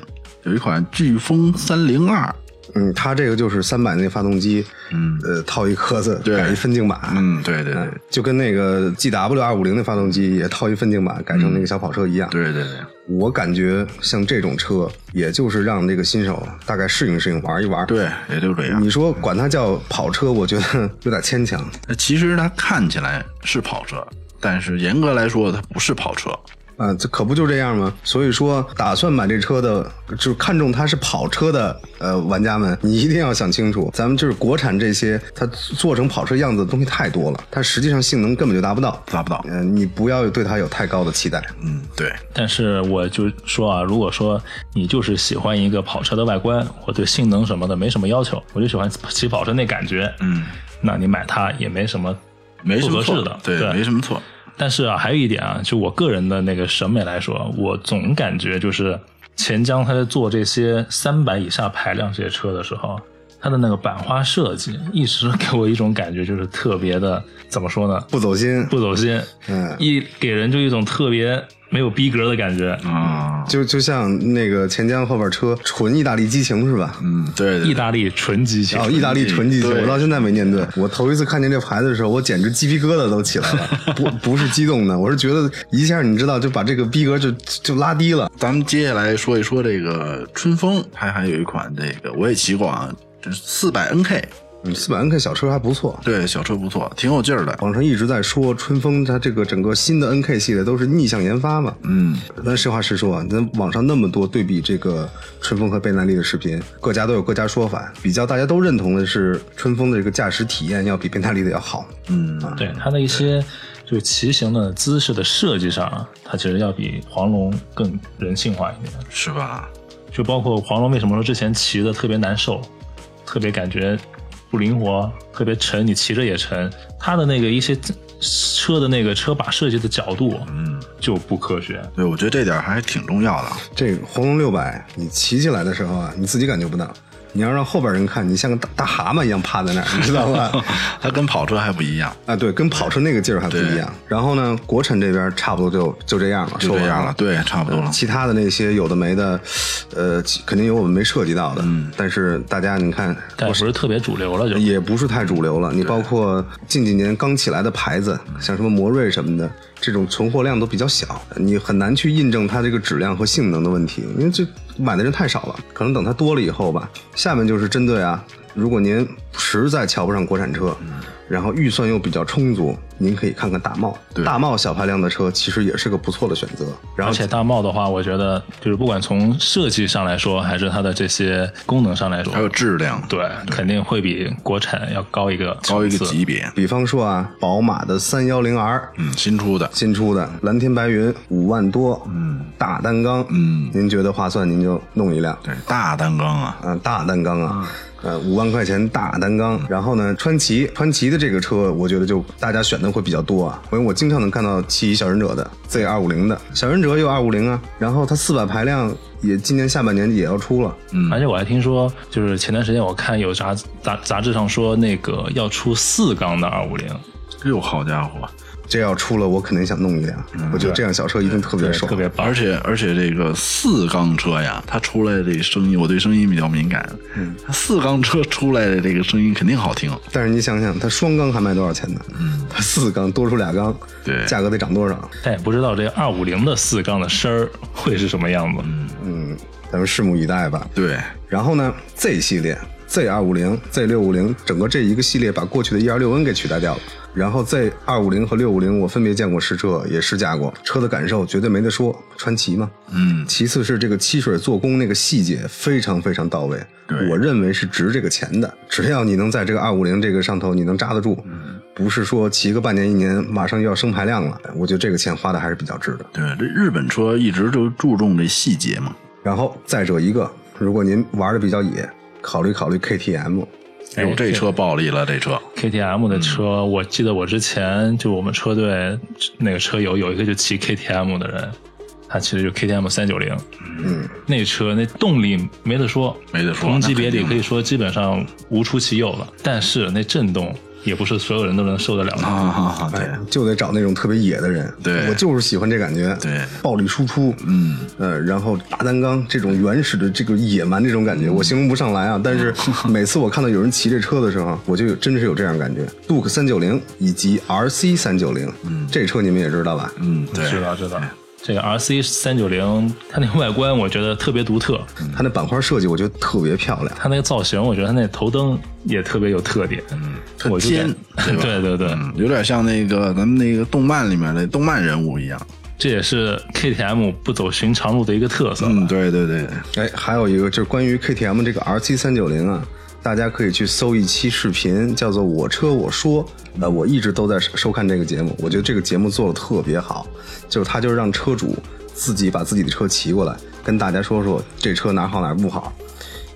Speaker 3: 有一款飓风三零二。
Speaker 1: 嗯，它这个就是三百那发动机，嗯，呃，套一壳子，
Speaker 3: 对
Speaker 1: 改一分镜板，
Speaker 3: 嗯，对对对
Speaker 1: 嗯。就跟那个 G W 二五零那发动机也套一分镜板，改成那个小跑车一样。
Speaker 3: 嗯对对对
Speaker 1: 我感觉像这种车，也就是让这个新手大概适应适应，玩一玩。，
Speaker 3: 对，啊也就这样
Speaker 1: 你。说管它叫跑车，我觉得 有点牵强。
Speaker 3: 其实它看起来是跑车，但是严格来说它不是跑车。
Speaker 1: 啊，这可不就这样吗？所以说，打算买这车的，就是看中它是跑车的，呃，玩家们，你一定要想清楚，咱们就是国产这些，它做成跑车样子的东西太多了，它实际上性能根本就达不到。
Speaker 3: 达不到
Speaker 1: 嗯、你不要对它有太高的期待。
Speaker 3: 嗯，对，
Speaker 2: 但是我就说啊，如果说你就是喜欢一个跑车的外观，我对性能什么的没什么要求，我就喜欢骑跑车那感觉，嗯，那你买它也没什么
Speaker 3: 没什
Speaker 2: 不
Speaker 3: 么
Speaker 2: 合
Speaker 3: 错
Speaker 2: 适的，
Speaker 3: 对，
Speaker 2: 对
Speaker 3: 没什么错。
Speaker 2: 但是啊，还有一点啊，就我个人的那个审美来说，我总感觉就是钱江他在做这些三百以下排量这些车的时候，它的那个版花设计一直给我一种感觉，就是特别的怎么说呢？
Speaker 1: 不走心，
Speaker 2: 不走心，
Speaker 1: 嗯
Speaker 2: 一给人就一种特别没有逼格的感觉。
Speaker 1: 嗯
Speaker 3: 啊，
Speaker 1: 就就像那个钱江后边车，纯意大利激情是吧？
Speaker 3: 嗯，对，对
Speaker 2: 意大利纯激情，
Speaker 1: 哦，意大利纯激情，
Speaker 3: 对
Speaker 1: 我到现在没念对。我头一次看见这牌子的时候，我简直鸡皮疙瘩都起来了，不不是激动的，我是觉得一下你知道就把这个逼格就就拉低了。
Speaker 3: 咱们接下来说一说这个春风，它还有一款这个我也骑过啊，这是四百 NK，
Speaker 1: 嗯，四百 NK 小车还不错，
Speaker 3: 对，小车不错，挺有劲儿的。
Speaker 1: 网上一直在说春风它这个整个新的 NK 系列都是逆向研发嘛。
Speaker 3: 嗯，
Speaker 1: 咱实话实说啊，咱网上那么多对比这个春风和倍耐力的视频，各家都有各家说法。比较大家都认同的是，春风的这个驾驶体验要比倍耐力的要好。
Speaker 3: 嗯，
Speaker 2: 对它的一些就是骑行的姿势的设计上啊，它其实要比黄龙更人性化一点。
Speaker 3: 是吧？
Speaker 2: 就包括黄龙为什么说之前骑的特别难受，特别感觉不灵活，特别沉，你骑着也沉。它的那个一些车的那个车把设计的角度，嗯，就不科学。
Speaker 3: 对，我觉得这点还挺重要的。
Speaker 1: 这个黄龙六百，你骑起来的时候啊，你自己感觉不到。你要让后边人看，你像个大大蛤蟆一样趴在那儿，你知道 吧？
Speaker 3: 它跟跑车还不一样，
Speaker 1: 啊，对，跟跑车那个劲儿还不一
Speaker 3: 对
Speaker 1: 样。然后呢，国产这边差不多就就这样了，
Speaker 3: 就
Speaker 1: 说
Speaker 3: 这
Speaker 1: 完
Speaker 3: 样了。对，差不多了。
Speaker 1: 嗯其他的那些有的没的，呃，其肯定有我们没涉及到的。
Speaker 3: 嗯
Speaker 1: 但是大家你看，
Speaker 2: 但也不是特别主流了就，
Speaker 1: 也不是太主流了。你包括近几年刚起来的牌子，像什么魔瑞什么的，这种存货量都比较小，你很难去印证它这个质量和性能的问题，因为这买的人太少了。可能等它多了以后吧。下面就是针对啊，如果您实在瞧不上国产车，然后预算又比较充足，您可以看看大贸。
Speaker 3: 对
Speaker 1: 大贸小排量的车其实也是个不错的选择。然
Speaker 2: 而
Speaker 1: 后
Speaker 2: 且大帽的话，我觉得就是不管从设计上来说，还是它的这些功能上来说
Speaker 3: 还，有质量，
Speaker 2: 对，肯定会比国产要高一个
Speaker 3: 高一个
Speaker 2: 层次
Speaker 3: 级别。
Speaker 1: 比方说啊，宝马的三幺零 R，
Speaker 3: 嗯，新出的，
Speaker 1: 新出的蓝天白云五万多，嗯，大单缸，嗯，您觉得划算，您就弄一辆，
Speaker 3: 对，大单缸啊，
Speaker 1: 嗯、大单缸啊。呃，五万块钱大单缸，然后呢，川崎，川崎的这个车，我觉得就大家选的会比较多啊，因为我经常能看到骑小忍者的 Z 二五零的，小忍者有二五零啊，然后它四百排量也今年下半年也要出了，
Speaker 2: 而且我还听说，就是前段时间我看有杂杂杂志上说，那个要出四缸的二五零，
Speaker 3: 哟，哎好家伙！
Speaker 1: 这要出了我肯定想弄一辆，我觉得这样小车一定嗯特别爽，
Speaker 2: 特别棒
Speaker 3: 而。且而且这个四缸车呀，它出来的声音，我对声音比较敏感。嗯，它四缸车出来的这个声音肯定好听。
Speaker 1: 但是你想想，它双缸还卖多少钱呢？它四缸多出俩缸，
Speaker 3: 对
Speaker 1: 价格得涨多少？
Speaker 2: 但也哎不知道这二五零的四缸的声儿会是什么样子。
Speaker 1: 嗯，咱们拭目以待吧。
Speaker 3: 对，
Speaker 1: 然后呢，Z 系列 Z 二五零、Z 六五零，整个这一个系列把过去的 E 二六 N 给取代掉了。然后 Z 二五零和六五零，我分别见过实车，也试驾过，车的感受绝对没得说，传奇嘛。
Speaker 3: 嗯，
Speaker 1: 其次是这个漆水做工那个细节非常非常到位，
Speaker 3: 对
Speaker 1: 我认为是值这个钱的。只要你能在这个二五零这个上头你能扎得住，
Speaker 3: 嗯
Speaker 1: 不是说骑个半年一年马上又要升排量了，我觉得这个钱花的还是比较值的。
Speaker 3: 对，这日本车一直就注重这细节嘛。
Speaker 1: 然后再者一个，如果您玩的比较野，考虑考虑 KTM。
Speaker 2: 哎
Speaker 3: 有这车嗯暴力了，这车
Speaker 2: KTM 的车，我记得我之前就我们车队那个车友有一个就骑 KTM 的人，他其实就 KTM 三九零，
Speaker 1: 嗯，
Speaker 2: 那车那动力没得说，
Speaker 3: 没得说
Speaker 2: 同级别
Speaker 3: 那肯
Speaker 2: 里
Speaker 3: 定
Speaker 2: 可以说基本上无出其右了，但是那震动也不是所有人都能受得了的。
Speaker 3: 啊，对
Speaker 1: 哎， 就得找那种特别野的人。
Speaker 3: 对
Speaker 1: 我就是喜欢这感觉。
Speaker 3: 对
Speaker 1: 暴力输出，嗯，呃，然后大单缸这种原始的这个野蛮这种感觉，
Speaker 3: 嗯
Speaker 1: 我形容不上来啊。但是 每次我看到有人骑这车的时候，我就有真的是有这样感觉。Duke 三九零以及 RC 三九零，嗯，这车你们也知道吧？
Speaker 3: 嗯，对，
Speaker 2: 知道知道。这个 RC 三九零，它那个外观我觉得特别独特，
Speaker 1: 它那版花设计我觉得特别漂亮。
Speaker 2: 它那个造型，我觉得它那头灯也特别有特点，
Speaker 3: 嗯特
Speaker 2: 我就感
Speaker 3: 尖 对吧
Speaker 2: 对对对，
Speaker 3: 嗯有点像那个咱们那个动漫里面的动漫人物一样。
Speaker 2: 这也是 KTM 不走寻常路的一个特色吧。
Speaker 3: 嗯，对对对，
Speaker 1: 哎，还有一个就是关于 KTM 这个 RC 三九零啊，大家可以去搜一期视频，叫做《我车我说》。呃，我一直都在收看这个节目，我觉得这个节目做的特别好，就是他就是让车主自己把自己的车骑过来，跟大家说说这车哪好哪不好。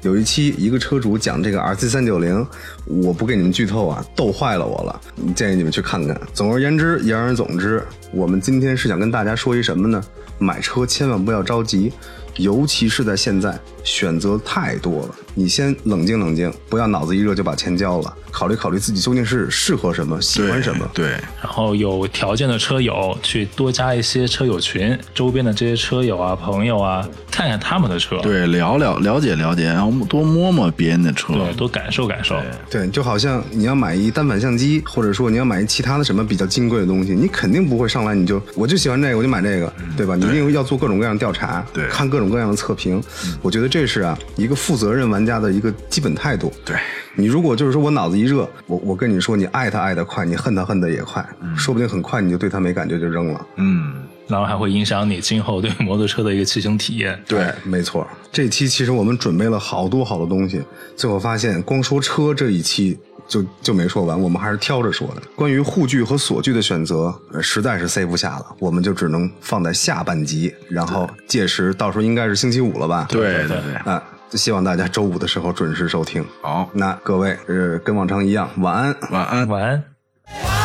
Speaker 1: 有一期一个车主讲这个 RC 三九零，我不给你们剧透啊，逗坏了我了。建议你们去看看。总而言之，言而总之，我们今天是想跟大家说一什么呢？买车千万不要着急，尤其是在现在，选择太多了，你先冷静冷静，不要脑子一热就把钱交了，考虑考虑自己究竟是适合什么，喜欢什么。
Speaker 3: 对，
Speaker 2: 然后有条件的车友去多加一些车友群，周边的这些车友啊、朋友啊，看看他们的车，
Speaker 3: 对，聊聊了解了解，然后多摸摸别人的车。
Speaker 2: 对，多感受感受。
Speaker 1: 对，就好像你要买一单反相机，或者说你要买一其他的什么比较金贵的东西，你肯定不会上来你就我就喜欢这个，我就买这个，对吧？你一定要做各种各样的调查，
Speaker 3: 嗯对嗯
Speaker 1: 看各种各样的测评。我觉得这是啊一个负责任玩家的一个基本态度。
Speaker 3: 对
Speaker 1: 你如果就是说我脑子一热，我我跟你说，你爱他爱得快，你恨他恨得也快，说不定很快你就对他没感觉就扔了。
Speaker 3: 嗯，
Speaker 2: 然后还会影响你今后对摩托车的一个骑行体验。
Speaker 1: 对，哎没错。这期其实我们准备了好多好多东西，最后发现光说车这一期就就没说完，我们还是挑着说的。关于护具和锁具的选择，呃实在是塞不下了，我们就只能放在下半集。然后届时到时候应该是星期五了吧？
Speaker 3: 对对对，
Speaker 1: 啊，就希望大家周五的时候准时收听。
Speaker 3: 好，
Speaker 1: 那各位，呃，跟往常一样，晚安。
Speaker 3: 晚安。
Speaker 2: 晚安。
Speaker 4: Why